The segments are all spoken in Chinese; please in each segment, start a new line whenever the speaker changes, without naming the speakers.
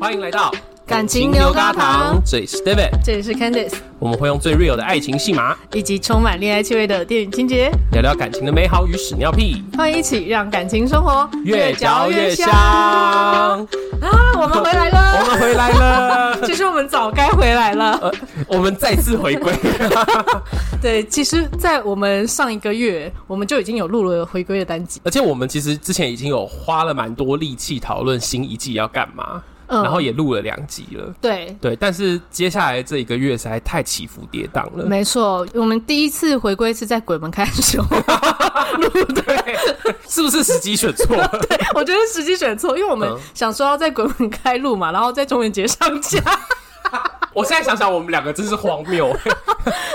欢迎来到
感情牛轧糖，
这里是 David，
这里是 Candice，
我们会用最 real 的爱情戏码
以及充满恋爱气味的电影情节，
聊聊感情的美好与屎尿屁，
欢迎一起让感情生活
嚼香。
啊！我们回来
我
了，
们回来了，
其实我们早该回来了。
呃，我们再次回归，
对，其实，在我们上一个月，我们就已经有录了回归的单集。
而且我们其实之前已经有花了蛮多力气讨论新一季要干嘛，
嗯
然后也录了两集了。
对，
对，但是接下来这一个月实在太起伏跌宕了。
没错，我们第一次回归是在鬼门开的时候，
对，是不是时机选错了？
我觉得时机选错，因为我们
嗯
想说要在鬼门开录嘛，然后在中元节上 架。
我现在想想，我们两个真是荒 谬。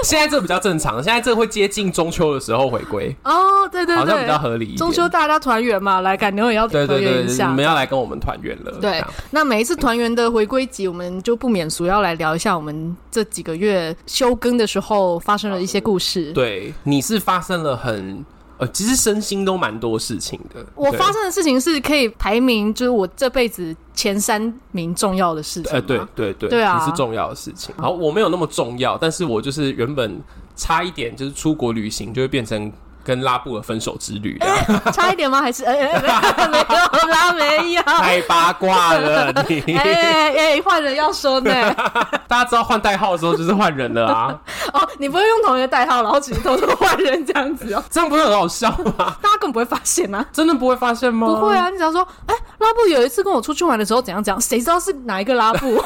现在这比较正常，现在这会接近中秋的时候回归，
哦，对对对，
好像比较合理一点。
中秋大家团圆嘛，来赶牛也要
对
团
对对，
圆一
对
下。
你们要来跟我们团圆了。这
对
样，
那每一次团圆的回归集，我们就不免俗要来聊一下我们这几个月休更的时候发生了一些故事。
对，你是发生了很呃，其实身心都蛮多事情的。
我
对
发生的事情是可以排名，就是我这辈子前三名重要的事情。
呃，对，对对，
对啊
你是重要的事情。好，我没有那么重要，但是我就是原本差一点就是出国旅行就会变成跟拉布的分手之旅这啊
哎
样，
差一点吗？还是呃 呃呃没有啦，没有。
太八卦了你。
哎哎哎，换人要 说呢。
大家知道换代号的时候就是换人了啊，
哦，你不会用同一个代号，然后只是偷偷换人这样 子哦，
这样不是很好笑吗？
大家根本不会发现啊。
真的不会发现吗？
不会，啊，你只要说，哎、拉布有一次跟我出去玩的时候怎样怎样，谁知道是哪一个拉布？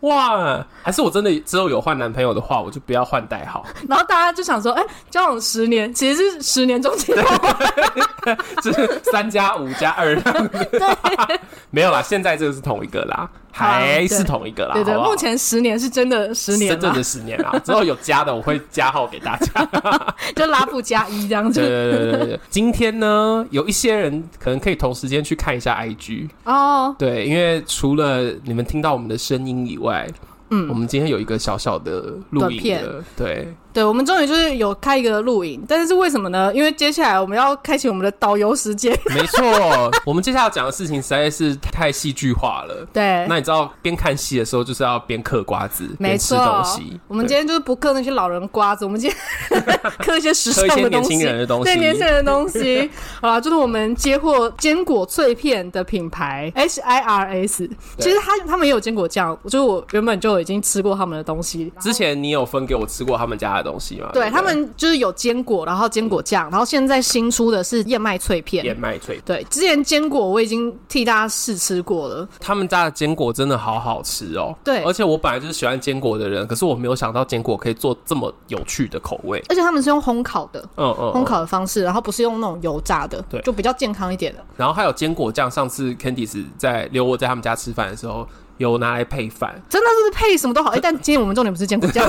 哇！还是我真的之后有换男朋友的话，我就不要换代号，
然后大家就想说，哎、交往十年，其实是十年中间，
就是三加五加二。没有啦，现在这个是同一个啦，
好啊
还是
对
同一个啦。
对对，
好不好
目前十年是真的十年
真正
嘛
的，十年 啦，之后有加的我会加号给大家。
就拉布加一这样
对
子。
对对对对对，今天呢，有一些人可能可以同时间去看一下 IG，
哦，
对，因为除了你们听到我们的声音以外，
嗯
我们今天有一个小小的录
短
影
片
的，对，
对，我们终于就是有开一个录影，但是为什么呢？因为接下来我们要开启我们的导游时间。
没错，我们接下来要讲的事情实在是太戏剧化了。
对，
那你知道边看戏的时候就是要边嗑瓜子，
哎没
边吃
错哦
东西。。
我们今天就是不嗑那些老人瓜子，我们今天 嗑一些时
对
尚
嗑一些
的东
年
西
轻。人的东西
对，年轻人的东 西，好啦，就是我们接获坚果脆片的品牌 H I R S，
对
其实他他们也有坚果酱，就是我原本就已经吃过他们的东西。
之前你有分给我吃过他们家的东西吗？
对
不
他们就是有坚果，然后坚果酱，然后现在新出的是燕麦脆
燕
片。
麦脆，
对，之前坚果我已经替大家试吃过了。
他们家的坚果真的好好吃哦。
对
而且我本来就是喜欢坚果的人，可是我没有想到坚果可以做这么有趣的口味。
而且他们是用烘烤的，
嗯嗯，
烘
嗯
烤的方式，然后不是用那种油炸的
对，
就比较健康一点的。
然后还有坚果酱，上次 Candice 在留我在他们家吃饭的时候，有拿来配饭。
真的是配什么都好。哎、但今天我们重点不是坚果 酱，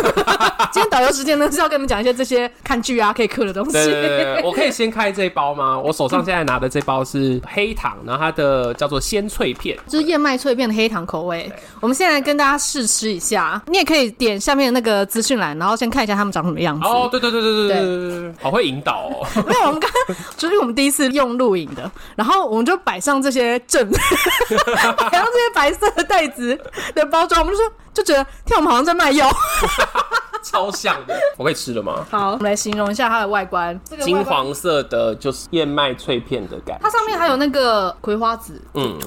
今天导游时间呢是要跟你们讲一些这些看剧啊可以嗑的 东西。
对对对对，我可以先开这一包吗？我手上现在拿的这包是黑糖，然后它的叫做鲜脆片。
就是燕麦脆片的黑糖口味，我们现在跟大家试吃一下。你也可以点下面的那个资讯栏，然后先看一下他们长什么样子。
哦，对对对对对对对对，好会引导哦。
没有，我们刚刚就是我们第一次用录影的，然后我们就摆上这些 证，摆上这些白色的袋子的包装，我们就说就觉得，天，我们好像在卖药。
超像的。我可以吃了 吗？
好，我们来形容一下它的外观，这个外
金
观，
黄色的就是燕麦脆片的感觉
它。上面还有那个葵花籽，
嗯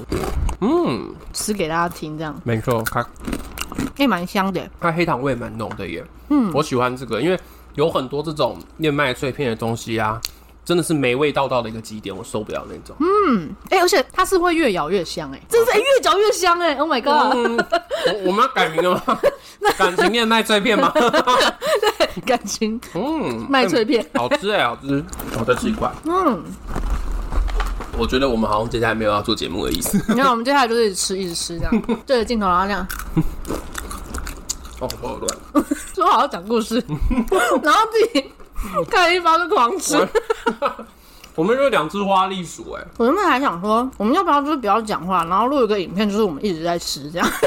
嗯，
吃给大家听，这样
没错，它
也欸蛮香的。
它黑糖味蛮浓的耶。嗯，我喜欢这个，因为有很多这种燕麦脆片的东西啊，真的是没味道到的一个极点，我受不了那种。
哎、而且它是会越咬越香、哎，真是、哎越嚼越香、哎，Oh my god！、
嗯，我我们要改名了 吗？感情燕麦脆 片吗？
感情
嗯，
麦脆片，
好吃哎，好吃。我再吃一块。
嗯，
我觉得我们好像接下来没有要做节目的意思。
你看我们接下来就是一直吃，一直吃这样，对着镜头，然后这样
哦，好乱。
说好要讲故 事，然后自己 看了一包就狂吃。
我们 有两只花栗鼠哎，
我原本还想说，我们要不要就是不要讲话，然后录一个影片，就是我们一直在吃这样。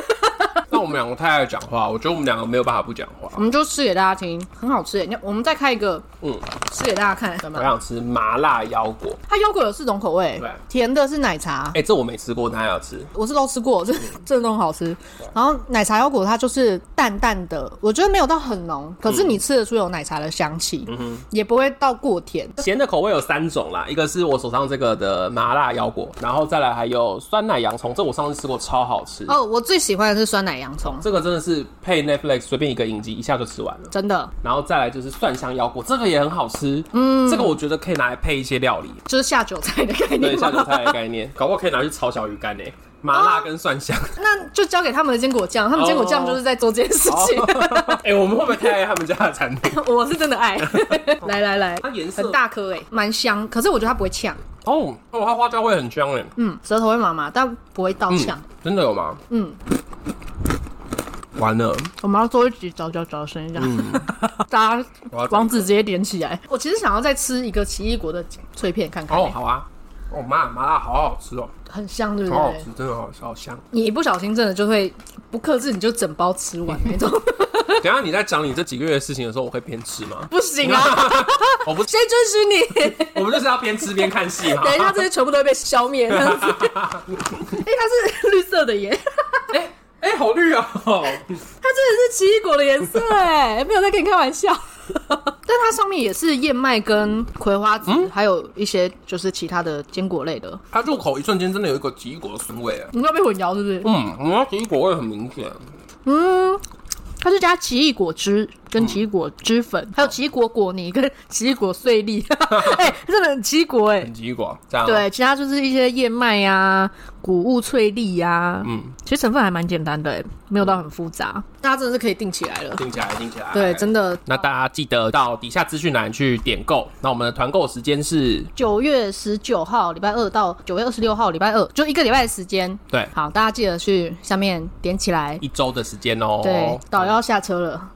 但我们两个太爱讲话，我觉得我们两个没有办法不讲话。
我们就吃给大家听，很好吃耶。欸你我们再开一个，
嗯，
吃给大家看，怎
我
么？
想吃麻辣腰果，
它腰果有四种口味
对，啊
甜的是奶茶
哎、，这我没吃过，他要吃。
我是都吃
嗯
过，这这都很好吃。然后奶茶腰果它就是淡淡的，我觉得没有到很浓，可是你
嗯
吃得出有奶茶的香气，也不会到过甜。
咸的口味有三种啦，一个是我手上这个的麻辣腰果，然后再来还有酸奶洋葱，这我上次吃过，超好吃。
哦，我最喜欢的是酸奶洋葱，
这个真的是配 Netflix 随便一个影集一下就吃完了。
真的
然后再来就是蒜香腰果，这个也很好吃。嗯，这个我觉得可以拿来配一些料理，
就是下酒菜的概
对，
念
下酒
吗？
菜的概念， 搞不好可以拿去炒小鱼干呢、麻辣跟蒜 香，
那就交给他们的坚果酱，他们坚果
哦
酱就是在做这件事情。
哎、我们会不会太爱他们家的产品？
我是真的 爱，来来来，
它颜色
很大颗哎、蛮香，可是我觉得它不会呛，
哦，哦，它花椒味很香哎、
嗯，舌头会麻麻，但不会到呛。
嗯，真的有吗？
嗯，
完了，
我们要做一集嚼嚼嚼的声音，这样、
嗯
大家
我要
王子直接连起来。我其实想要再吃一个奇异果的脆片看看、
哦，好啊，哦妈，麻辣好好吃哦，
很香，对不
好好
对
吃？，真的好好香。
你一不小心真的就会不克制，你就整包吃完 那种，
等一下你在讲你这几个月的事情的时候，我会边吃吗？
不行啊！
我 不，
谁 准许你？
我们就是要边吃边看戏嘛。
等一下，这些全部都会被消灭 这样子。哎、它是绿色的耶，
哎哎、好绿哦！
它真的是奇异果的颜色哎，没有在跟你开玩 笑。但它上面也是燕麦跟葵花籽，
嗯
还有一些就是其他的坚果类的。
它入口一瞬间真的有一个奇异果的酸味，哎
你要被混淆是不是？
嗯，我们家奇异果味很明显。
嗯，它是加奇异果汁跟奇异果汁粉，嗯还有奇异果果泥跟 奇异果碎粒。 哎、真的很奇异果哎、
很奇异果，这样
对，其他就是一些燕麦呀、谷物脆粒呀、
嗯，
其实成分还蛮简单的、欸，没有到很复杂。大家真的是可以定起来了。
听起来听起来，
对，真的，
那大家记得到底下资讯栏去点购。那我们的团购时间是，
九月十九号礼拜二到九月二十六号礼拜二，就一个礼拜的时间。
对，
好，大家记得去下面点起来。
一周的时间哦。
对，导游要下车了，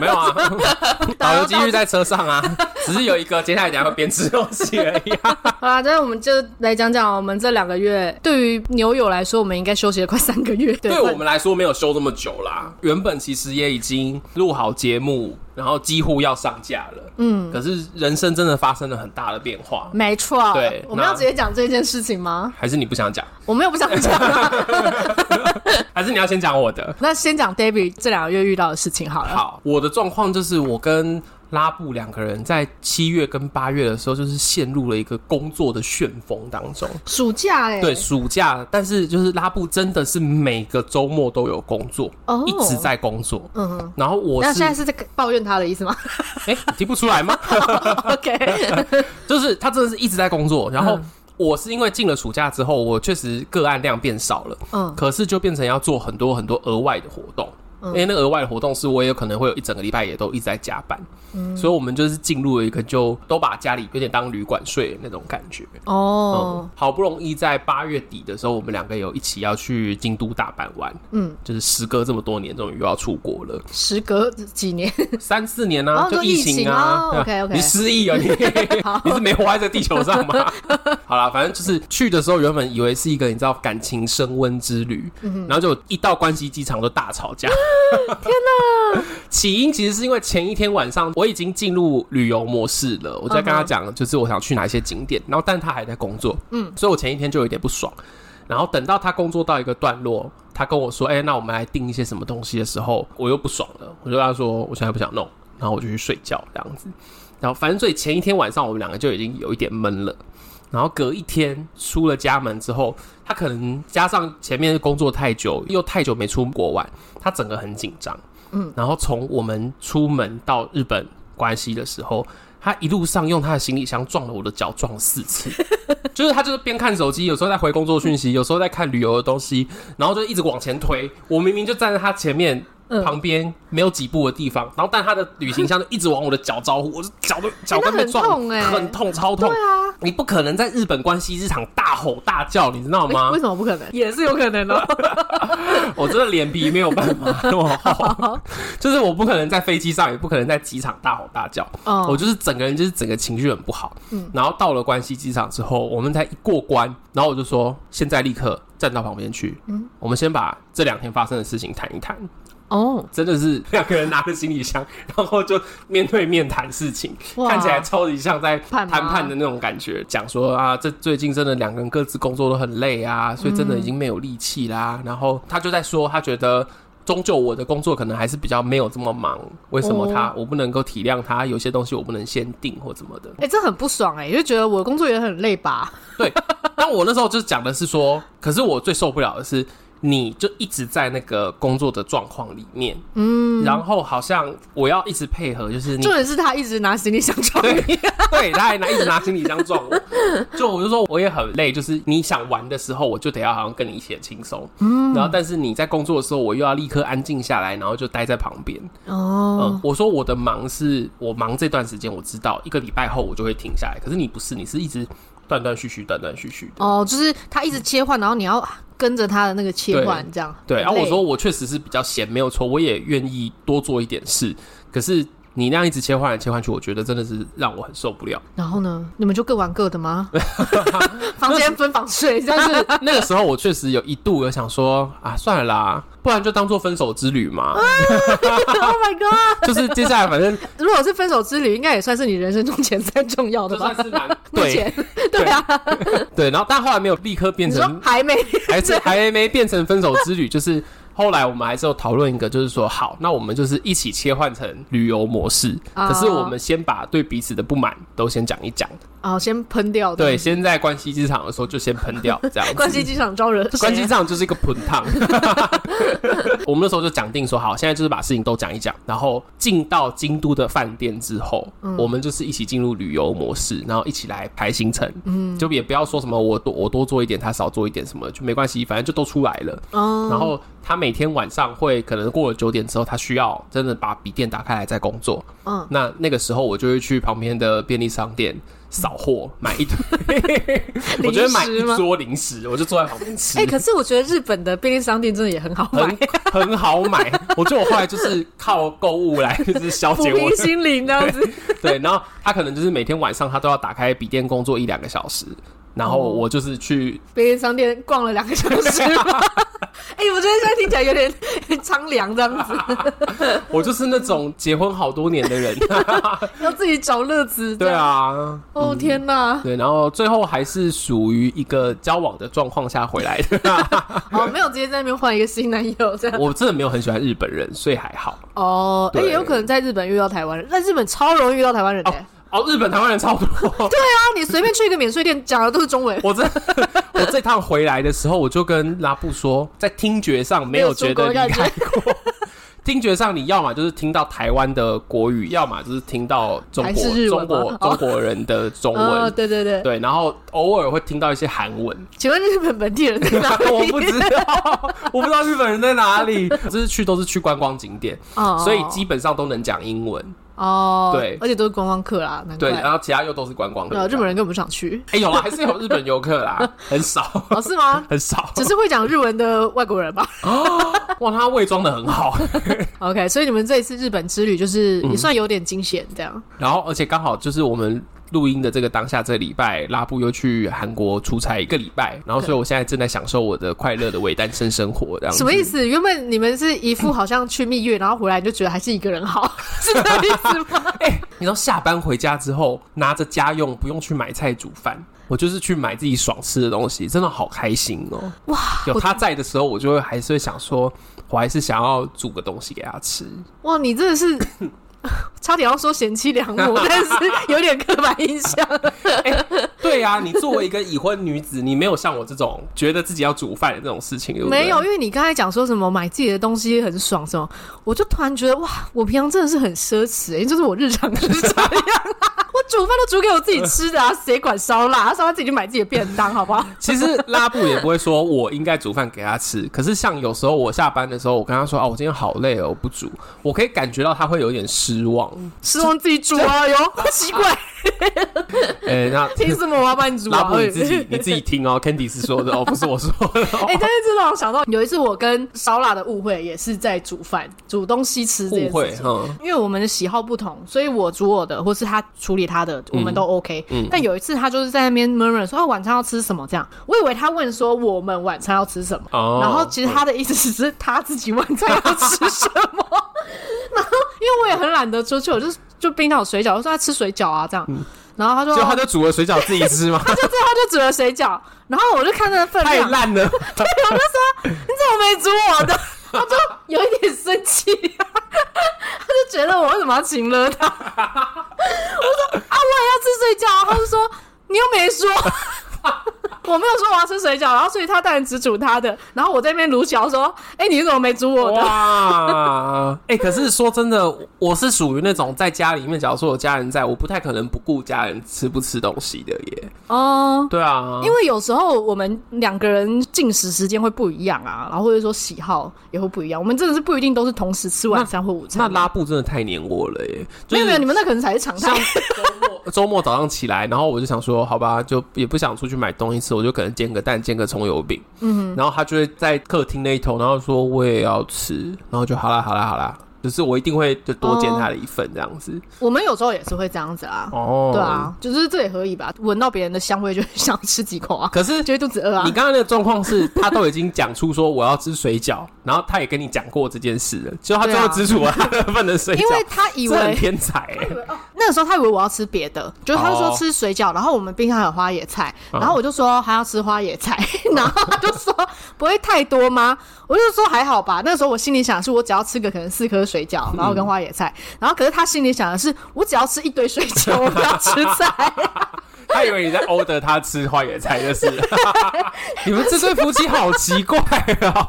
没有 啊， 导游继续
到
在车上 啊，只是有一个接下来等一下会边吃东西而已、啊。
好啦，那我们就来讲讲我们这两个月对于牛友来说，我们应该休息了快三个月。 对
对我们来说没有休这么久啦，原本其实也已经录好节目，然后几乎要上架了。嗯，可是人生真的发生了很大的变化，
没错。
对
我们要
那
直接讲这件事情吗？
还是你不想讲？
我没有不想 讲啊。
还是你要先讲我的？
那先讲 David 这两个月遇到的事情好了。
好，我的状况就是我跟拉布两个人在七月跟八月的时候，就是陷入了一个工作的旋风当中。
暑假哎、
对，，暑假，但是就是拉布真的是每个周末都有工作，
哦
一直在工作。
嗯哼。
然后我
那
是
现在是在抱怨他的意 思吗
哎、你听不出来吗？
？OK，
就是他真的是一直在工作，然后。
嗯
我是因为进了暑假之后，我确实个案量变少了，
嗯
可是就变成要做很多很多额外的活动，因为那个额外的活动是我也有可能会有一整个礼拜也都一直在加班，
嗯
所以我们就是进入了一个就都把家里有点当旅馆睡的那种感觉。
哦
嗯，，好不容易在八月底的时候，我们两个有一起要去京都大阪玩，
嗯，
就是时隔这么多年，终于又要出国了，
时隔几年，
三四年
哦
啊，
就
就
疫情
情啊
哦
对啊
OK，OK
你失忆啊你，你 是没活在这地球上吗？ 好啦，反正就是去的时候，原本以为是一个你知道感情升温之旅，
嗯
然后就一到关西机场就大吵 架。天哪！ 起因其实是因为前一天晚上我已经进入旅游模式了，我在跟
嗯
他讲就是我想去哪一些景点，然后但他还在工作，嗯，所以我前一天就有点不爽。然后等到他工作到一个段落，他跟我说：“哎、那我们来定一些什么东西的时候，我又不爽了，我就跟他说我现在不想弄，然后我就去睡觉这样子。然后反正所以前一天晚上我们两个就已经有一点闷了。”然后隔一天出了家门之后，他可能加上前面工作太久，又太久没出国玩，他整个很紧张。嗯，然后从我们出门到日本关西的时候，他一路上用他的行李箱撞了我的脚，撞了四次。 就是他就是边看手机，有时候在回工作讯息，有时候在看旅游的东西，然后就一直往前推。我明明就站在他前面。
嗯
旁边没有几步的地方，然后但他的旅行箱就一直往我的脚招呼，我的脚都脚跟被
那很
撞，
痛欸
很痛，超
对
痛。
啊，
你不可能在日本关西市场大吼大叫，你知道吗
为？什 么不可能？也是有可能的。
哦我真的脸皮没有办法 那么厚，就是我不可能在飞机上，也不可能在机场大吼大叫。
哦嗯
我就是整个人就是整个情绪很不好。然后到了关西机场之后，我们才一过关，然后我就说现在立刻站到旁边去。嗯，我们先把这两天发生的事情谈一谈。
哦，
真的是 两个人拿着行李箱，然后就面对面谈事情，
哇
看起来超级像在
谈
谈
吗
判的那种感觉。讲说啊，这最近真的两个人各自工作都很累啊，所以真的已经没有力气啦。
嗯
然后他就在说，他觉得。终究我的工作可能还是比较没有这么忙，为什么他、
哦
我不能够体谅他？有些东西我不能先定或怎么的。
哎、这很不爽哎、就觉得我的工作也很累吧？
对，但我那时候就讲的是说，可是我最受不了的是，你就一直在那个工作的状况里面，嗯，然后好像我要一直配合，就是你
重点是他一直拿行李箱装
对
你，
对，他还拿一直拿行李箱撞我，就我就说我也很累，就是你想玩的时候，我就得要好像跟你一起很轻松，嗯，然后但是你在工作的时候，我又要立刻安静下来，然后就待在旁边，
哦，
嗯，我说我的忙是我忙这段时间，我知道一个礼拜后我就会停下来，可是你不是，你是一直断断续续，断断续续的。
哦，就是他一直切换，然后你要跟着他的那个切换，这样
对，然、后
很
我
累
说我确实是比较闲，没有错，我也愿意多做一点事。可是你那样一直切换来切换去，我觉得真的是让我很受不了。
然后呢，你们就各玩各 的吗？房间分房睡这样
但
子，
是 那个时候我确实有一度有想说啊，算了啦，不然就当做分手之旅 嘛。
Oh my god！
就是接下来反正
如果是分手之旅，应该也算是你人生中前三重要的
就
吧
算？是蛮
目前
对
对啊，
对，然后但后来没有立刻变
你说
成，
还 没
还是还没变成分手之旅，就是。后来我们还是有讨论一个，就是说好，那我们就是一起切换成旅游模式，
哦
可是我们先把对彼此的不满都先讲一讲，
哦，先喷掉的
对，，先在关西机场的时候就先喷掉，这样子。
关西机场招惹谁 啊
关机上就是一个盆 烫，我们那时候就讲定说好，现在就是把事情都讲一讲，然后进到京都的饭店之后，
嗯
我们就是一起进入旅游模式，然后一起来排行程，嗯，就也不要说什么我多我多做一点，他少做一点什么，就没关系，反正就都出来了。
哦，
然后他每天晚上会可能过了九点之后，他需要真的把笔电打开来再工作，
嗯，
那那个时候我就会去旁边的便利商店扫货，买一堆，我觉得买一
零食吗
桌零食，我就坐在旁边吃。
哎、可是我觉得日本的便利商店真的也很好买
很，很好买，我觉得我后来就是靠购物来就是消
抚
解我
平心灵这样子。
对，然后他可能就是每天晚上他都要打开笔电工作一两个小时，然后我就是去
便利商店逛了两个小时 吗？哎、我觉得现在听起来有点 苍凉这样子，
我就是那种结婚好多年的人，
要自己找乐 子。
对，啊，
哦天哪，
对，然后最后还是属于一个交往的状况下回来 的。
哦没有直接在那边换一个新男友这样。
我真的没有很喜欢日本人，所以还好。
哦，哎、
对
有可能在日本遇到台湾人，在日本超容易遇到台湾人的、
哦哦，日本台湾人超多，
对啊，你随便去一个免税店，讲的都是中文。
我这 我这趟回来的时候，我就跟拉布说，在听觉上没有觉得离
没有
开过。听觉上，你要么就是听到台湾的国语，要么就是听到中
还
国
是日
中
文
国
吗
中
哦
国人的中文，
呃，对对对，
对，然后偶尔会听到一些韩文。
请问日本本地人在 哪里？
我不知道，我不知道日本人在哪里。就是去都是去观光景点，
哦
所以基本上都能讲英文。
哦，
对
而且都是观光客啦，难
对，啊
怪。
然后其他又都是观光客。
呃，日本人根本不想去，
哎、有啦，还是有日本游客 啦，很少，
哦，是吗？
很少。
只是会讲日文的外国人吧。
哇，他伪装的很好。
OK，所以你们这一次日本之旅就是
嗯
也算有点惊险，这样、
然后，而且刚好就是我们录音的这个当下，这个礼拜拉布又去韩国出差一个礼拜，然后所以我现在正在享受我的快乐的伪单身生活，这样子
什么意？思？原本你们是一副好像去蜜月，然后回来你就觉得还是一个人好， 是这个意思 吗？
哎、你知道下班回家之后拿着家用不用去买菜煮饭，我就是去买自己爽吃的东西，真的好开心哦、哇，有他在的时候，我就会还是会想说，我还是想要煮个东西给他吃。
哇，你真的是 差点要说贤妻良母，但是有点刻板印象。
对呀、你作为一个已婚女子，你没有像我这种觉得自己要煮饭的这种事情， 对不对
没有，因为你刚才讲说什么买自己的东西很爽什么，我就突然觉得哇，我平常真的是很奢侈、欸，就是我日常就是 这样、啊，我煮饭都煮给我自己吃的啊，谁管烧腊？烧腊自己去买自己的便当，好不 好？
其实拉布也不会说我应该煮饭给他吃，可是像有时候我下班的时候，我跟他说啊，我今天好累哦，
嗯
我不煮，我可以感觉到他会有点失望。
失望自己煮啊，哟，奇怪，
哎， 那
凭什么我要帮你 煮
拉
啊？
布你自 己你自己听哦，Candy 是说的哦，不是我说的哦。
哎、但 是这让我想到有一次我跟烧腊的误会，也是在煮饭、煮东西吃这
误
件
会
事情。
哈，
因为我们的喜好不同，所以我煮我的，或是他处理他的，我
嗯
们都 OK、但有一次他就是在那边 murmur 说、啊、晚餐要吃什么这样，我以为他问说我们晚餐要吃什么，
哦
然后其实他的意思只是 他自己晚餐要吃什么。 然后因为我也很懒得出去，我就就冰岛水饺，我说他吃水饺啊这样，然后他说
嗯
哦
就他就煮了水饺自己吃 吗？
就最后就煮了水饺，然后我就看着分
太
量，
烂了，
我就说你怎么没煮我的？他就有一点生气、他就觉得我为什么要请了他？我说啊，我也要吃水饺，啊他就说你又没说。我没有说我要吃水饺，然后所以他当然只煮他的，然后我在那边卤小说，哎、你怎么没 煮我的？
哇！哎、可是说真的，我是属于那种在家里面，假如说有家人在，我不太可能不顾家人吃不吃东西的耶。
哦、
对啊，
因为有时候我们两个人进食时间会不一样啊，然后或者说喜好也会不一样，我们真的是不一定都是同时吃晚餐或午
那
餐。
拉布真的太黏我了耶！就
没有没有，
是
你们那可能才是常 态
像。周末周末早上起来，然后我就想说，好吧，就也不想出去买东西吃，我就可能煎个蛋，煎个葱油饼。嗯，然后他就会在客厅那一头，然后说我也要吃，然后就好啦好啦好啦，只是我一定会就多煎他的一份这样子。
我们有时候也是会这样子啊。
哦，
对。啊，就是这也合理吧？闻到别人的香味就会想吃几口啊，
可是
觉得肚子饿啊
你。刚刚那个状况是，他都已经讲出说我要吃水饺，然后他也跟你讲过这件事了，结果他最后只煮了他那份的水
因为
饺，
他以
这很
为
天才、欸。
那个时候他以为我要吃别的，就是他就说吃水
哦
饺，然后我们冰箱还有花野菜，
嗯
然后我就说还要吃花野菜， 然后他就说不会太多吗？我就说还好吧。那时候我心里想的是我只要吃个可能四颗水饺，然后跟花野菜，然后可是他心里想的是我只要吃一堆水饺，我不要吃菜。
他以为你在 order 他吃花野菜 的事。你们这对夫妻好奇怪哦！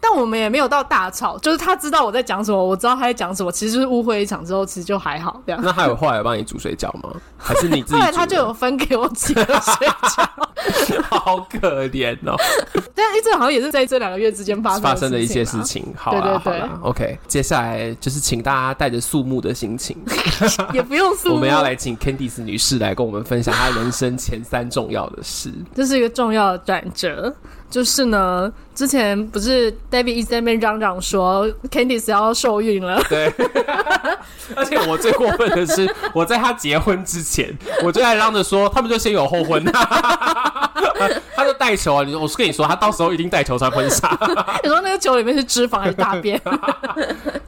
但我们也没有到大吵，就是他知道我在讲什么，我知道他在讲什么，其实就是误会一场之后，其实就还好这样。
那他有后来帮你煮水饺吗？还是你自己煮
后
的？
来他就有分给我几个水 饺，
好可怜哦，
但一直好像也是在这两个月之间发生
发生
的
了一些
事
事
情
情。
啊
好啦，好
对对
啦 o k 接下来就是请大家带着肃穆的心 情，
吧，也不用诉
我们要来请 Candice 女士来跟我们分享她人生前三重要的事。
这是一个重要的转折。就是呢，之前不是 David 一直在那边嚷嚷说 Candice 要受孕了，
对， 而且我最过分的是，我在他结婚之前，我就在嚷着说，他们就先有后婚， 他就带球啊！你我是跟你说，他到时候一定带球穿婚 纱。
你说那个酒里面是脂肪还是大 便？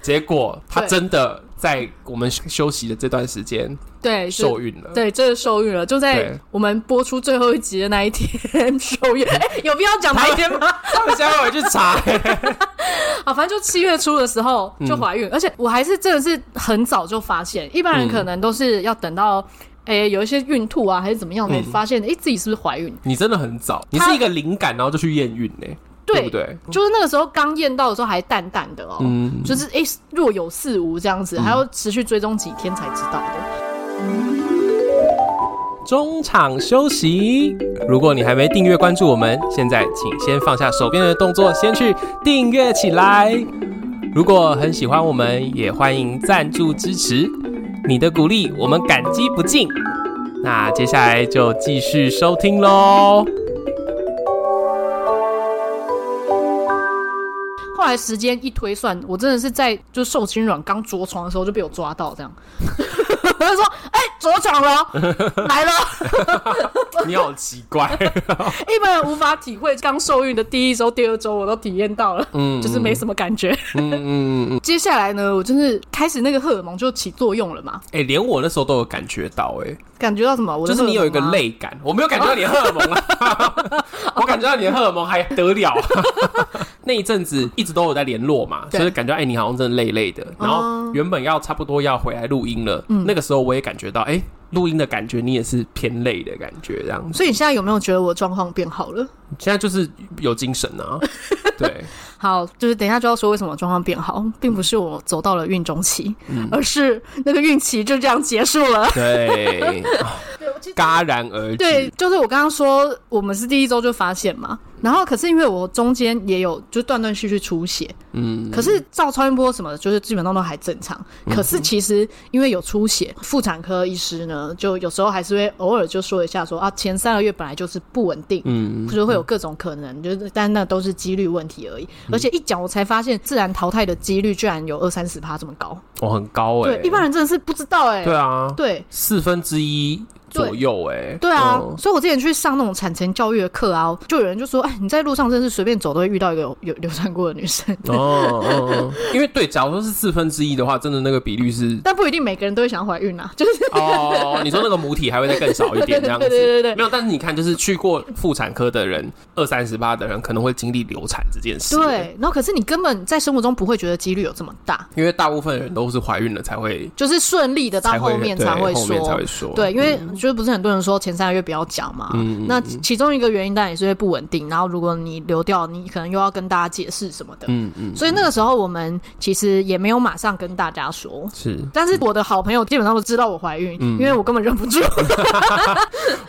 结果他
对
真的在我们休息的这段时间
对，是
受孕了。
对，真的受孕了，就在
对
我们播出最后一集的那一天 受孕。哎、有必要讲哪一天吗？
他们现在回去查、
啊，反正就七月初的时候
嗯
就怀孕，而且我还是真的是很早就发现，一
嗯
般人可能都是要等到诶、有一些孕吐啊还是怎么样
嗯
才发现，诶、自己是不是怀孕？
你真的很早，你
他
是一个灵感，然后就去验孕呢、对不对？
就是那个时候刚验到的时候还淡淡的哦，
嗯
就是诶、若有似无这样子，还要持续追踪几天才知道的。
中场休息。如果你还没订阅关注我们，现在请先放下手边的动作，先去订阅起来。如果很喜欢我们，也欢迎赞助支持，你的鼓励我们感激不尽。那接下来就继续收听喽。
后来时间一推算，我真的是在就受精卵刚着床的时候就被我抓到，这样， 我就说诶、着床了，来了。
你好奇怪，
一般人无法体会刚受孕的第一周、第二周，我都体验到了，
嗯
就是没什么感觉。
嗯嗯嗯，
接下来呢，我就是开始那个荷尔蒙就起作用了嘛，
哎、连我那时候都有感觉到、哎，
感觉到什么？我的
就是你有一个
荷尔蒙啊，
累感，我没有感觉到你的荷尔蒙啊， 我感觉到你的荷尔蒙还得了、啊那一阵子一直都有在联络嘛，
对哦
就是感觉哎、你好像真的累累的。然后原本要差不多要回来录音了，
嗯
那个时候我也感觉到，哎、录音的感觉你也是偏累的感觉，这样子。
所以你现在有没有觉得我状况变好了？
现在就是有精神 啊，对，
好，就是等一下就要说为什么状况变好，并
嗯
不是我走到了孕中期，而是那个孕期就这样结束了。
对，戛然而止。
对，就是我刚刚说我们是第一周就发现嘛，然后可是因为我中间也有就断断续续出血，
嗯，
可是照超音波什么的，就是基本上都还正常。可是其实因为有出血，妇产科医师呢，就有时候还是会偶尔就说一下说啊，前三个月本来就是不稳定，
嗯，
就是会有各种可能，就是但那都是几率问题而已。
嗯
而且一讲我才发现，自然淘汰的几率居然有二三十趴这么高。
我很高哎、
对，一般人真的是不知道哎、
对啊，
对
四分之一左右哎、欸，
对啊，
嗯
所以我之前去上那种产前教育的课啊，就有人就说，哎，你在路上真是随便走都会遇到一个有有流产过的女生，
哦，嗯嗯 因为对，假如说是四分之一的话，真的那个比率 是
但不一定每个人都会想怀孕啊，就是
哦，你说那个母体还会再更少一点这样子，
对对对对对
没有。但是你看，就是去过妇产科的人，二三十八的人可能会经历流产这件事，，
对，然后可是你根本在生活中不会觉得几率有这么大，
因为大部分人都是怀孕了才会，
就是顺利的到
才会
后面
对
才会
后面才
说
会。说，
对，因为就是不是很多人说前三个月不要讲嘛，
嗯
那其中一个原因当然也是会不稳定，然后如果你流掉，你可能又要跟大家解释什么的，
嗯嗯，
所以那个时候我们其实也没有马上跟大家说，
是
但是我的好朋友基本上都知道我怀孕，因为我根本忍不住。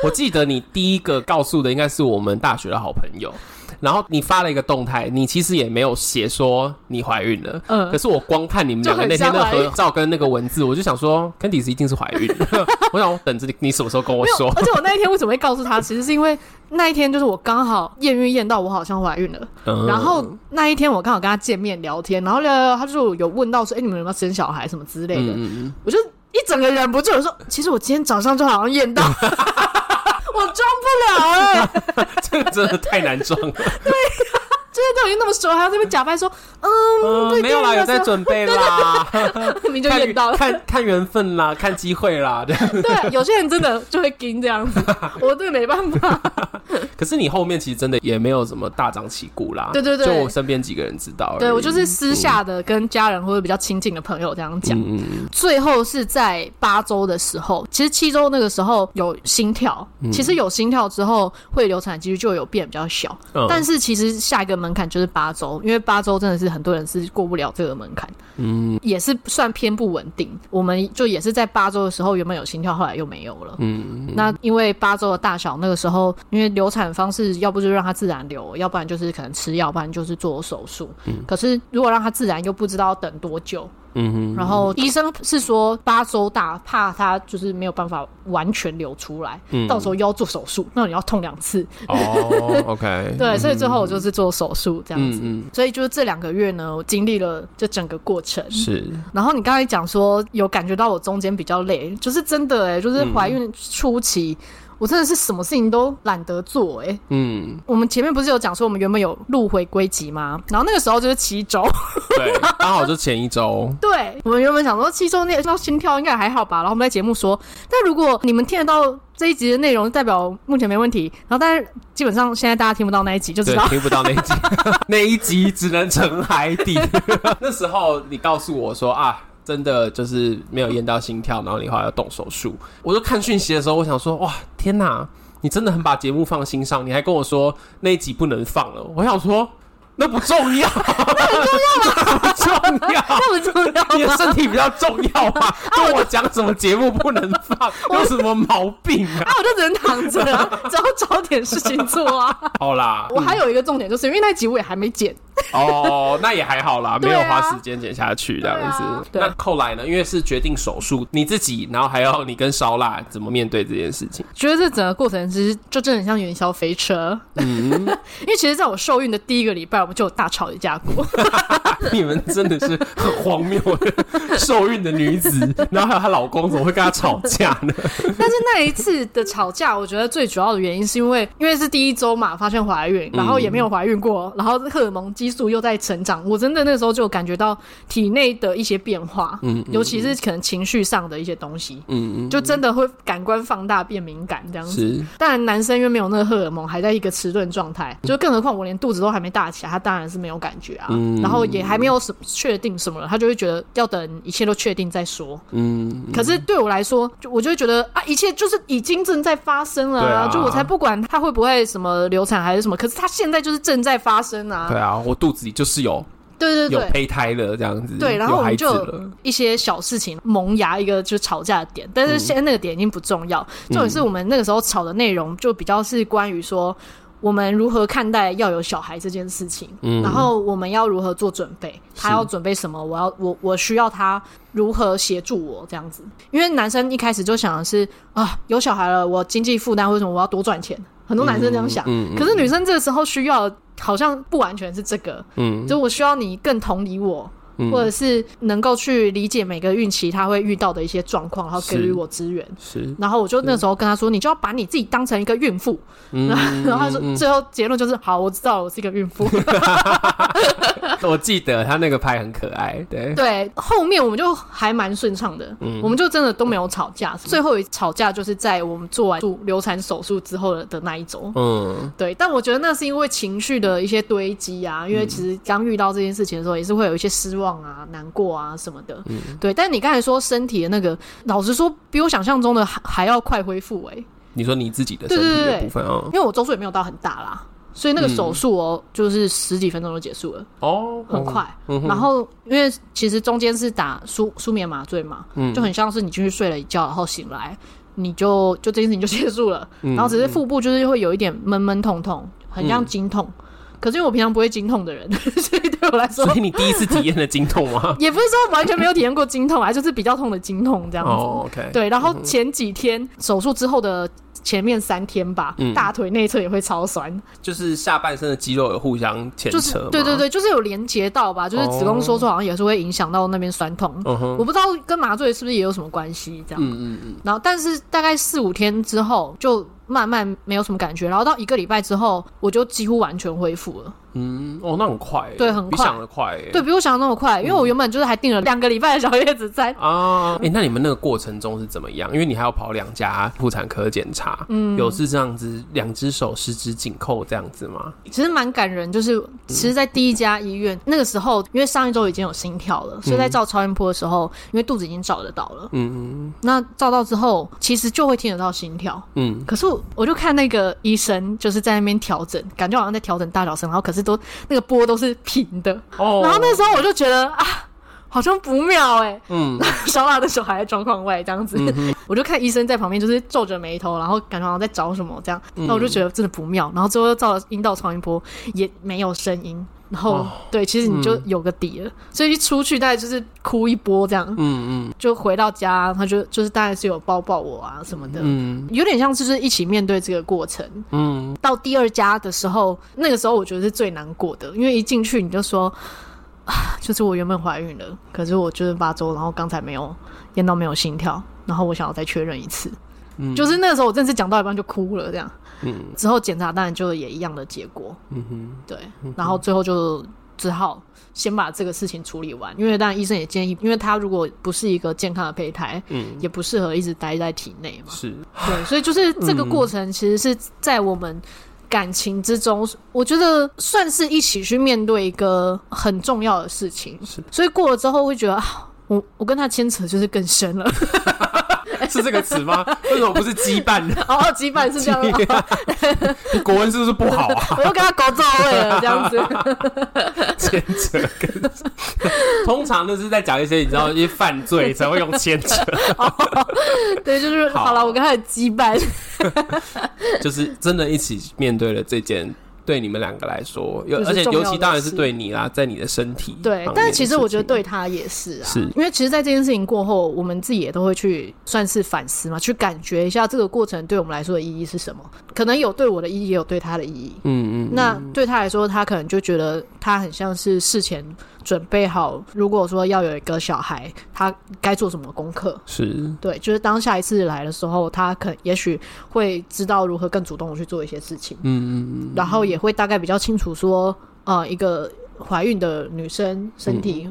我记得你第一个告诉的应该是我们大学的好朋友。然后你发了一个动态，你其实也没有写说你怀孕了，
嗯
可是我光看你们两个
就
那
很
天
像
的
怀孕
合照跟那个文字，我就想说 Candice 一定是怀孕了，我想我等着你，你什么时候跟我
没有
说，
而且我那一天为什么会告诉他，其实是因为那一天就是我刚好验孕验到我好像怀孕了，？
嗯
然后那一天我刚好跟他见面聊天，然后聊聊聊，他就有问到说，哎、你们有没有生小孩什么之类的，
嗯
我就一整个忍不住我说，其实我今天早上就好 像验到。我装不了哎、
嗯，这个真的太难装了。
这些都已经那么熟，还要这边假 扮说，嗯，
嗯，
对
没有啦，有在准备啦，
你就
看
验到了。
看看缘分啦，看机会啦。对，
对，有些人真的就会跟 这样子，我真的没办法。
可是你后面其实真的也没有什么大张旗鼓啦。
对对对
就我身边几个人知道而已。
对我就是私下的跟家人或者比较亲近的朋友这样讲。
嗯嗯
最后是在八周的时候，其实七周那个时候有心跳，
嗯
其实有心跳之后会流产的几率就有变比较小，
嗯
但是其实下一个门槛就是八周，因为八周真的是很多人是过不了这个门槛，
嗯
也是算偏不稳定。我们就也是在八周的时候原本有心跳，后来又没有了。
嗯
那因为八周的大小，那个时候因为流产方式，要不就让它自然流，要不然就是可能吃药，不然就是做手术。可是如果让它自然，又不知道等多久。
嗯
然后医生是说八周大，怕它就是没有办法完全流出来，
嗯
到时候又要做手术，那你要痛两次。
哼，哦，OK，
对，所以最后我就是做手术这样子。
嗯嗯
所以就是这两个月呢，我经历了这整个过程。
是，
然后你刚才讲说有感觉到我中间比较累，就是真的哎、就是怀孕初期。我真的是什么事情都懒得做哎、
嗯
我们前面不是有讲说我们原本有录回归集吗？然后那个时候就是七周，
对，刚好就前一周。
对我们原本想说七周内到心跳应该还好吧。然后我们在节目说，但如果你们听得到这一集的内容，代表目前没问题。然后但是基本上现在大家听不到那一集，就知
对
道，
听不到那一集，那一集只能沉海 底。那时候你告诉我说啊，真的就是没有验到心跳，然后你后来要动手术。我就看讯息的时候，我想说，哇，天哪，你真的很把节目放心上，你还跟我说那一集不能放了。我想说，那不重要，那不重要，不重要。
那不重要
你的
吗？
身体比较重要嘛？跟我讲什么节目不能 放，有什么毛病啊？
啊，我就只能躺着、啊，只要找点事情做啊。
好啦，
我还有一个重点，就是因为那集我也还没剪，
哦，那也还好啦，没
对啊
有花时间剪下去这样子。
对啊
那后来呢？因为是决定手术，你自己，然后还要你跟烧腊怎么面对这件 事情？
觉得这整个过程其实就真的很像元宵飞车。 因为其实在我受孕的第一个礼拜，我们就有大吵一架过。
你们真的是很荒谬的受孕的女子， 然后还有她老公怎么会跟她吵架 呢？
但是那一次的吵架，我觉得最主要的原因是因为因为是第一周嘛，发现怀孕，然后也没有怀孕
嗯
过，然后荷尔蒙激素又在成长，我真的那时候就有感觉到体内的一些变化，嗯，尤其是可能情绪上的一些东西，
嗯，
就真的会感官放大变敏感这样子。
是
当然，男生因为没有那个荷尔蒙，还在一个迟钝状态，就更何况我连肚子都还没大起来，他当然是没有感觉啊。
嗯
然后也还没有什么确定什么了，他就会觉得要等一切都确定再说。
嗯，
可是对我来说，就我就会觉得啊，一切就是已经正在发生了、
对啊
就我才不管他会不会什么流产还是什么，可是他现在就是正在发生啊。
对啊，我肚子里就是有
对对
有
对。
胚胎了这样子，
对，然后
有
我
孩
们
子
就
了
有。一些小事情萌芽一个就是吵架的点，
嗯
但是现在那个点已经不重要，重点是我们那个时候吵的内容就比较是关于说。我们如何看待要有小孩这件事情，
嗯
然后我们要如何做准备，他
是
要准备什么，我要我我需要他如何协助我这样子。因为男生一开始就想的是啊，有小孩了，我经济负担为什么我要多赚钱？很多男生这样想，
嗯嗯嗯
可是女生这个时候需要好像不完全是这个，
嗯
就我需要你更同理我，
嗯
或者是能够去理解每个孕期他会遇到的一些状况，然后给予
是
我支援。
是，
然后我就那时候跟他说，你就要把你自己当成一个孕妇。
嗯
然后 然后他
嗯
说，最后结论就是，好，我知道了我是一个孕妇。
我记得他那个拍很可爱，对，
对，后面我们就还蛮顺畅的，我们就真的都没有吵架。最后一吵架就是在我们做完流产手术之后的的那一周。
嗯，
对，但我觉得那是因为情绪的一些堆积啊，因为其实刚遇到这件事情的时候，也是会有一些失望啊、难过啊什么的。对，但你刚才说身体的那个，老实说，比我想象中的还还要快恢复诶、
你说你自己的
对
身
对
体
对
的部分啊，
因为我周数也没有到很大啦，所以那个手术哦、就是十几分钟就结束了，
哦，
很快。
嗯哼
然后因为其实中间是打舒舒眠麻醉嘛，
嗯
就很像是你进去睡了一觉，然后醒来，你就就这件事情就结束了，
嗯
然后只是腹部就是会有一点闷闷痛痛，很像经痛。可是因为我平常不会经痛的人， 所以对我来说？
所以你第一次体验了经痛吗
也不是说完全没有体验过经痛啊，就是比较痛的经痛 这样子。
哦，OK，
对，然后前几天手术之后的前面三天吧，
嗯
大腿内侧也会超酸，
就是下半身的肌肉有互相牵
就是
扯，
对对，对，就是有连接到吧，就是子
哦
宫收缩好像也是会影响到那边酸痛。
嗯哼，
我不知道跟麻醉是不是也有什么关系，这样。
嗯嗯嗯，
然后，但是大概四五天之后，就慢慢没有什么感觉。然后到一个礼拜之后，我就几乎完全恢复了。
嗯，哦，那很快耶，
对很
比
快
想的快耶，
对，比我想的那么快，因为
嗯
我原本就是还订了两个礼拜的小叶子在。
啊，哎、那你们那个过程中是怎么样？因为你还要跑两家妇产科检查，嗯，有是这样子，两只手十指紧扣这样子吗？
其实蛮感人，就是
嗯
其实，在第一家医院、那个时候，因为上一周已经有心跳了，所以在照超音波的时候，因为肚子已经照得到了，
嗯
那照到之后，其实就会听得到心跳。
嗯
可是我我就看那个医生就是在那边调整，感觉好像在调整大小声，然后可是都那个波都是平的，
嗯，哦，
然后那时候我就觉得啊，好像不妙哎、
嗯，
小辣的小孩在状况外这样子， 我就看医生在旁边就是皱着眉头，然后感觉好像在找什么这样，
嗯
那我就觉得真的不妙。然后最后又照了阴道超音波，也没有声音。然后、
哦嗯
对，其实你就有个底了，所以一出去大概就是哭一波这样，
嗯嗯
就回到家，他就就是大概是有抱抱我啊什么的，
嗯
有点像是就是一起面对这个过程。
嗯，
到第二家的时候，那个时候我觉得是最难过的，因为一进去你就说， 啊，就是我原本怀孕了，可是我就是八周，然后刚才没有验到没有心跳，然后我想要再确认一次，
嗯
就是那个时候我真的是讲到一半就哭了，这样
嗯
之后检查当然就也一样的结果，
嗯哼，
对，然后最后就只好。先把这个事情处理完，因为当然医生也建议，因为他如果不是一个健康的胚胎，
嗯，
也不适合一直待在体内嘛。
是，
对，所以就是这个
嗯
过程，其实是在我们感情之中，我觉得算是一起去面对一个很重要的事情
是。
所以过了之后会觉得，啊、我我跟他牵扯就是更深了。
是这个词吗？为什么不是羁绊呢？
哦，羁绊是 这 样吗，
国文是不是不好 啊？
我又跟他搞到位了，这样子。
牵扯跟通常都是在讲一些你知道一些犯罪才会用牵 扯，
对，就是
好
好了，我跟他的羁绊。
就是真的一起面对了这件。对你们两个来说，有
就是
而且
重要
尤
的
其当然是
事
对你啦，在你的身体方面的事
对
情。，
但是其实我觉得对他也是啊，
是
因为其实，在这件事情过后，我们自己也都会去算是反思嘛，去感觉一下这个过程对我们来说的意义是什么。可能有对我的意义，也有对他的意义。
嗯嗯，
那对他来说，他可能就觉得他很像是事前准备好，如果说要有一个小孩，他该做什么功课。
是，
对，就是当下一次来的时候，他可也许会知道如何更主动的去做一些事情，
嗯嗯
然后也会大概比较清楚说，呃，一个怀孕的女生身体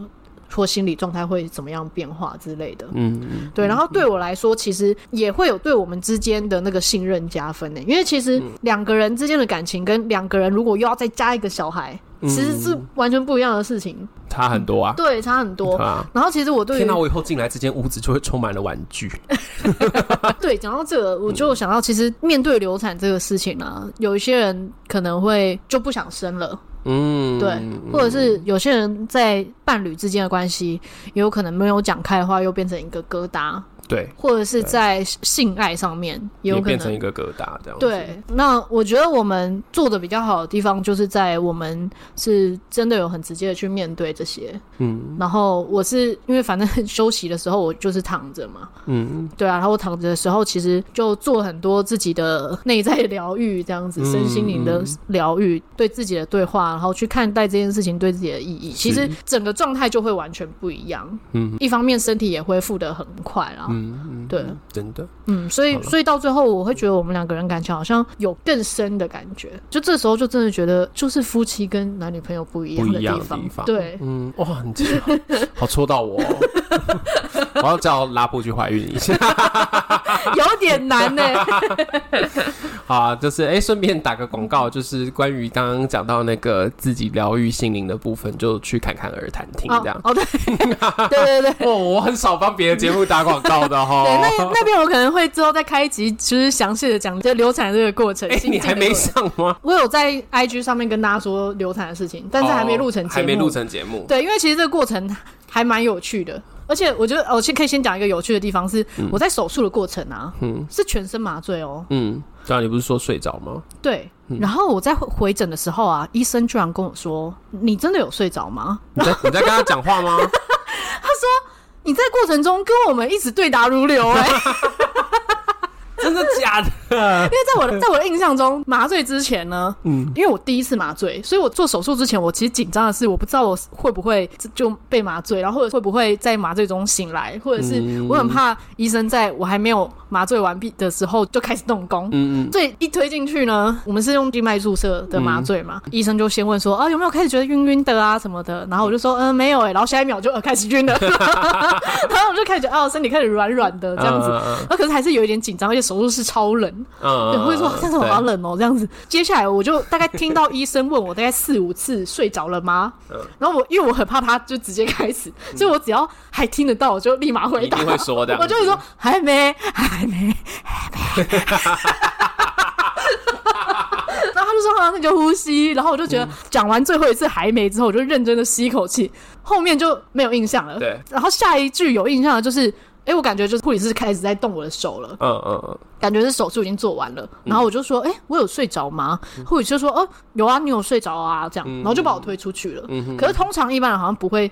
或心理状态会怎么样变化之类的。
嗯
对，然后对我来说，其实也会有对我们之间的那个信任加分的，因为其
嗯
实两个人之间的感情跟两个人如果又要再加一个小孩，
嗯
其实是完全不一样的事情，
嗯，差很多啊，
对，差很多。
啊。
然后其实我对于
天哪！我以后进来这间屋子就会充满了玩具。
啊对讲到这个，我就想到其实面对流产这个事情啊，有一些人可能会就不想生了，
嗯，
对，或者是有些人在伴侣之间的关系，也有可能没有讲开的话，又变成一个疙瘩，
对，
或者是在性爱上面也有
也
可
变成
能。
一个疙瘩这样子。
对，那我觉得我们做的比较好的地方，就是在我们是真的有很直接的去面对这些。
嗯
然后我是因为反正休息的时候我就是躺着嘛，
嗯，
对啊，然后我躺着的时候，其实就做很多自己的内在疗愈，这样子，
嗯
身心灵的
嗯
疗愈，对自己的对话，然后去看待这件事情对自己的意义，其实整个状态就会完全不一样。
嗯，
一方面身体也恢复的很快啦，
嗯，嗯
对，
真的，
嗯，所
好
以
了
所以到最后，我会觉得我们两个人感情好像有更深的感觉，就这时候就真的觉得，就是夫妻跟男女朋友不一样
不
的
一样的
方，
地方
对。
嗯，哇，你这个好戳到我、哦， 我要叫拉布去怀孕一下。
有点难欸呢、
好啊，就是哎，顺、便打个广告，就是关于刚刚讲到那个自己疗愈心灵的部分，就去看看耳谈听这样
哦。哦，对，对对对，
哦，我很少帮别的节目打广告的哦 哈。
对， 那那边我可能会之后再开一集，就是详细的讲这流产这个过程。
哎、
心
你
境的
还没
过程
上吗？
我有在 IG 上面跟大家说流产的事情，但是还没录成节
哦
目，
还没录。成节目。
对，因为其实这个过程还蛮有趣的，而且我觉得我先可以先讲一个有趣的地方是，我在手术的过程啊，
嗯
是全身麻醉哦，
嗯，对啊，你不是说睡着吗？
对。然后我在回回诊的时候啊，医生居然跟我说：“你真的有睡着吗
你在你在跟他讲话 吗？？”
你在过程中跟我们一直对答如流哎、
真的假 的？
因为在我的在我的印象中，麻醉之前呢，
嗯
嗯，因为我第一次麻醉，所以我做手术之前，我其实紧张的是，我不知道我会不会就被麻醉，然后或者会不会在麻醉中醒来，或者是
嗯
我很怕医生在我还没有麻醉完毕的时候就开始动工。
嗯嗯，
所以一推进去呢，我们是用静脉注射的麻醉嘛，
嗯
医生就先问说啊有没有开始觉得晕晕的啊什么的，然后我就说嗯、没有哎、然后下一秒就呃开始晕 了，然后我就开始觉得哦身体开始软软的这样子，
嗯
那、可是还是有一点紧张，而且手术室超冷，
嗯
对，我会说
嗯
但是我好
对
冷哦、这样子。接下来我就大概听到医生问我大概四五次睡着了吗
嗯？
然后我因为我很怕他就直接开始，所以我只要还听得到，我就立马回
一
答
定。会说的。
我就会说还没，还没， 还没。然后他就说：“啊，那你就呼吸。”然后我就
嗯
觉得讲完最后一次还没之后，我就认真的吸一口气，后面就没有印象了。
对。
然后下一句有印象的就是，哎，我感觉就是护理师开始在动我的手了。
嗯嗯
感觉是手术已经做完了，然后我就说，哎、我有睡着吗？
嗯
护理师说，哦，有啊，你有睡着啊，这样，然后就把我推出去了。可是通常一般人好像不会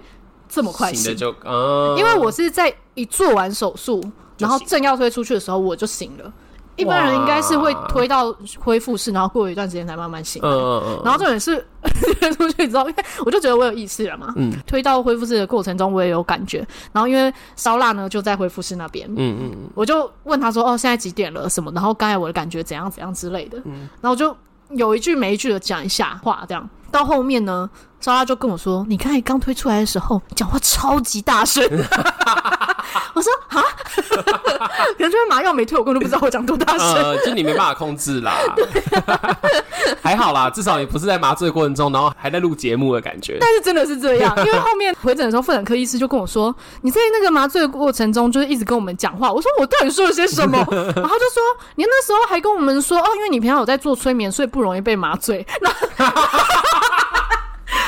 这么快
嗯，醒
醒
的，就嗯，
因为我是在一做完手术，然后正要推出去的时候我就醒了。一般人应该是会推到恢复室，然后过一段时间才慢慢醒。
嗯嗯嗯
啊然后重点是 推出去之后，因为我就觉得我有意识了嘛。
嗯
推到恢复室的过程中，我也有感觉。然后因为烧腊呢就在恢复室那边，
嗯嗯
我就问他说：“哦，现在几点了？什么？然后刚才我的感觉怎样怎样之类的。然后就有一句没一句的讲一下话，这样到后面呢，莎拉就跟我说：“你看你刚推出来的时候，讲话超级大声。” 我说：“啊， 可能就是麻药没退，我根本就不知道我讲多大
嗯，
声。
呃，就你没办法控制啦， 还好啦，至少你不是在麻醉过程中，然后还在录节目的感觉。
但是真的是 这样，因为后面回诊的时候，妇产科医师就跟我说，你在那个麻醉的过程中，就是一直跟我们讲话。我说我到底说了些什么？ 然后他就说你那时候还跟我们说，哦，因为你平常有在做催眠，所以不容易被麻醉。 然后哇塞，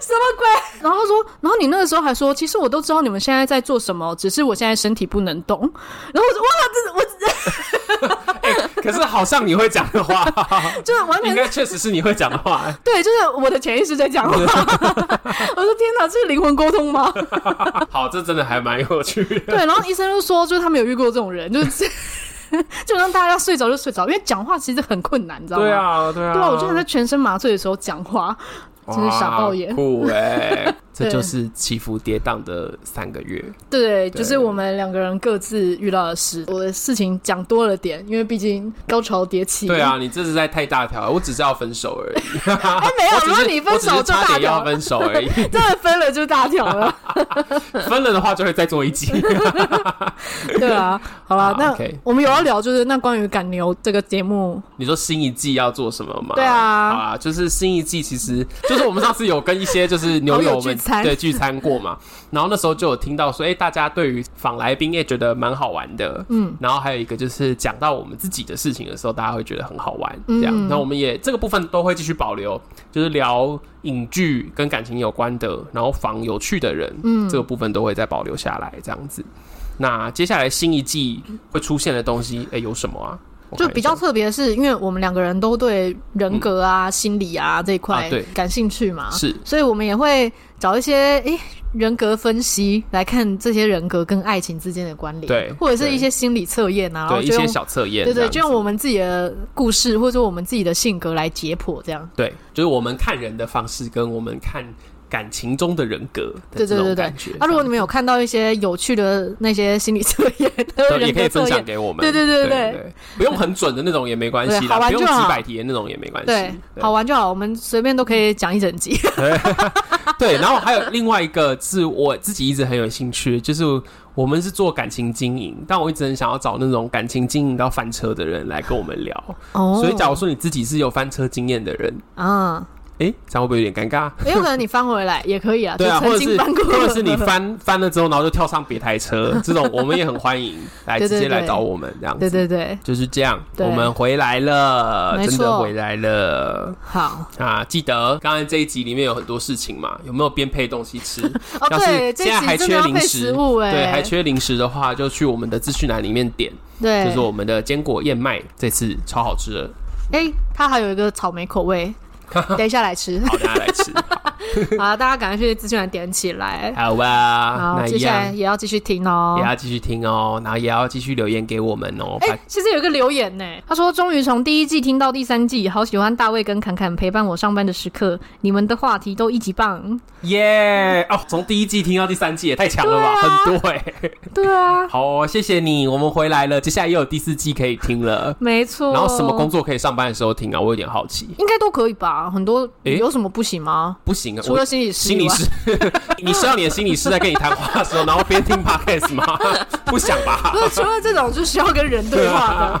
什么鬼？然后他说，然后你那个时候还说，其实我都知道你们现在在做什么，只是我现在身体不能动。然后我说哇，这我
可是好像你会讲的 话，
就是完全
应该确实是你会讲的话。
对，就是我的潜意识在讲话。 我说天哪，这是灵魂沟通吗？
好，这真的还蛮有趣 的。
对，然后医生就说，就是他没有遇过这种人，就是 就让大家睡着就睡着，因为讲话其实很困难，你知道吗？
对啊，对啊，
对啊，我就想在全身麻醉的时候讲话，真是傻爆眼
哇。酷哎、 这
对
就是起伏跌宕的三个月。
对，就是
对
我们两个人各自遇到的事。我的事情讲多了点，因为毕竟高潮迭起。
对啊，你这是在太大条了，我只是要分手 而已。
哎，没有，
我只
如果
是
你分手
我
就
只是差
大
点
条
要
了，
分手 而已，
真的分了就大条 了。
分了的话就会再做一集。
对啊，好啦
好，
那
OK
我们有要聊就是那关于赶牛这个节目，
你说新一季要做什么吗？
对啊
好啊，就是新一季其实 就是我们上次有跟一些就是牛友
好友
们
聚餐
对聚餐过嘛，然后那时候就有听到说，哎、大家对于访来宾哎也觉得蛮好玩的，嗯，然后还有一个就是讲到我们自己的事情的时候，大家会觉得很好玩，
嗯
这样，那我们也这个部分都会继续保留，就是聊影剧跟感情有关的，然后访有趣的人，嗯，这个部分都会再保留下来，这样子。那接下来新一季会出现的东西，哎、有什么啊？我
就
看一
比较
下
特别，是因为我们两个人都对人格啊、心理啊这一
嗯啊
块
对
感兴趣嘛，
是
所以我们也会找一些诶、人格分析来看这些人格跟爱情之间的关联，
对
或者是
对
一些心理测验啊，然后
对一
就
些
用
小测验，
对对，就用我
们
们自己的故事或者说我们自己的性格来解剖这样。
对，就是我们看人的方式跟我们看感情中的人格的
对
这
对
种
对对
感觉。
那、啊如果你们有看到一些有趣的那些心理测验，
对也
人
可以
格
分
测
享
验，
给我们，
对对
对
对对
不用很准的那种也没关系
对
啦，
好玩
不用
就好
几百题的那种也没关系，
对，好玩就好，我们随便都可以讲一整集。
对，然后还有另外一个是我自己一直很有兴趣，就是我们是做感情经营，但我一直很想要找那种感情经营到翻车的人来跟我们聊。
哦
所以，假如说你自己是有翻车经验的人，
啊，
诶，这样会不会有点尴尬？
也有可能你翻回来也可以啊，
对啊，
就
或者
曾
是
经翻过，
或者是你翻翻了之后，然后就跳上别台 车，这种我们也很欢迎来直
对对
接来
对
找我们这样子。
对对对，
就是这样，
对
我们回来了，
没
真的
错
回来了
好
啊！记得刚才这一集里面有很多事情嘛，有没有边配东西吃？
哦，
要是
对，这一
现在还
集真
缺
的要
零
配
食
食物哎、
对，还缺零食的话，就去我们的资讯栏里面点，
对，
就是我们的坚果燕麦，这次超好吃的，
哎、它还有一个草莓口 味，等一下来吃。
好，大家来吃，
好啊，大家赶快去资讯栏点起来。
好吧？
好，
啊那
接
一
下来
样
也要继续听哦
也。要继续听哦，然后也要继续留言给我们哦。
哎、其实有一个留言呢，他说终于从第一季听到第三季，好喜欢大卫跟侃侃陪伴我上班的时刻，你们的话题都一 级棒。
耶！哦，从第一季听到第三季也太强了吧，
对啊
很多哎。
对啊，
好哦，谢谢你，我们回来了，接下来又有第四季可以听了。
没错。
然后什么工作可以上班的时候听啊？我有点好奇。
应该都可以吧？很多、
诶
有什么不行吗？
不行啊，
除
我
了心理师以
心理
外，
师， 你需要你的心理师在跟你谈话的时候，然后边听 podcast 吗？不想吧
不？是 除了这种就需要跟人对 话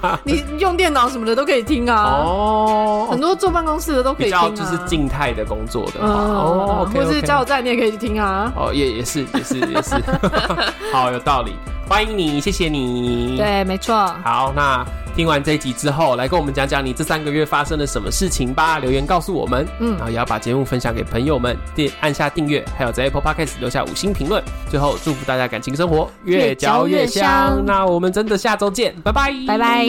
的，你你用电脑什么的都可以听啊，
哦
很，多坐办公室的都可以
比
听啊，
较就是静态的工作的话，
嗯，
哦，OK，
或是
OK
加油站你也可以去听啊。
哦，也也是也是也 是，好有道理，欢迎你，谢谢你。
对，没错。
好，那听完这一集之后，来跟我们讲讲你这三个月发生了什么事情吧，留言告诉我们。嗯，
嗯
然后也要把节目分享给朋友们，订按下订阅，还有在 Apple Podcast 留下五星评论。最后，祝福大家感情生活
越嚼越香
那我们真的下周见，拜拜，
拜拜。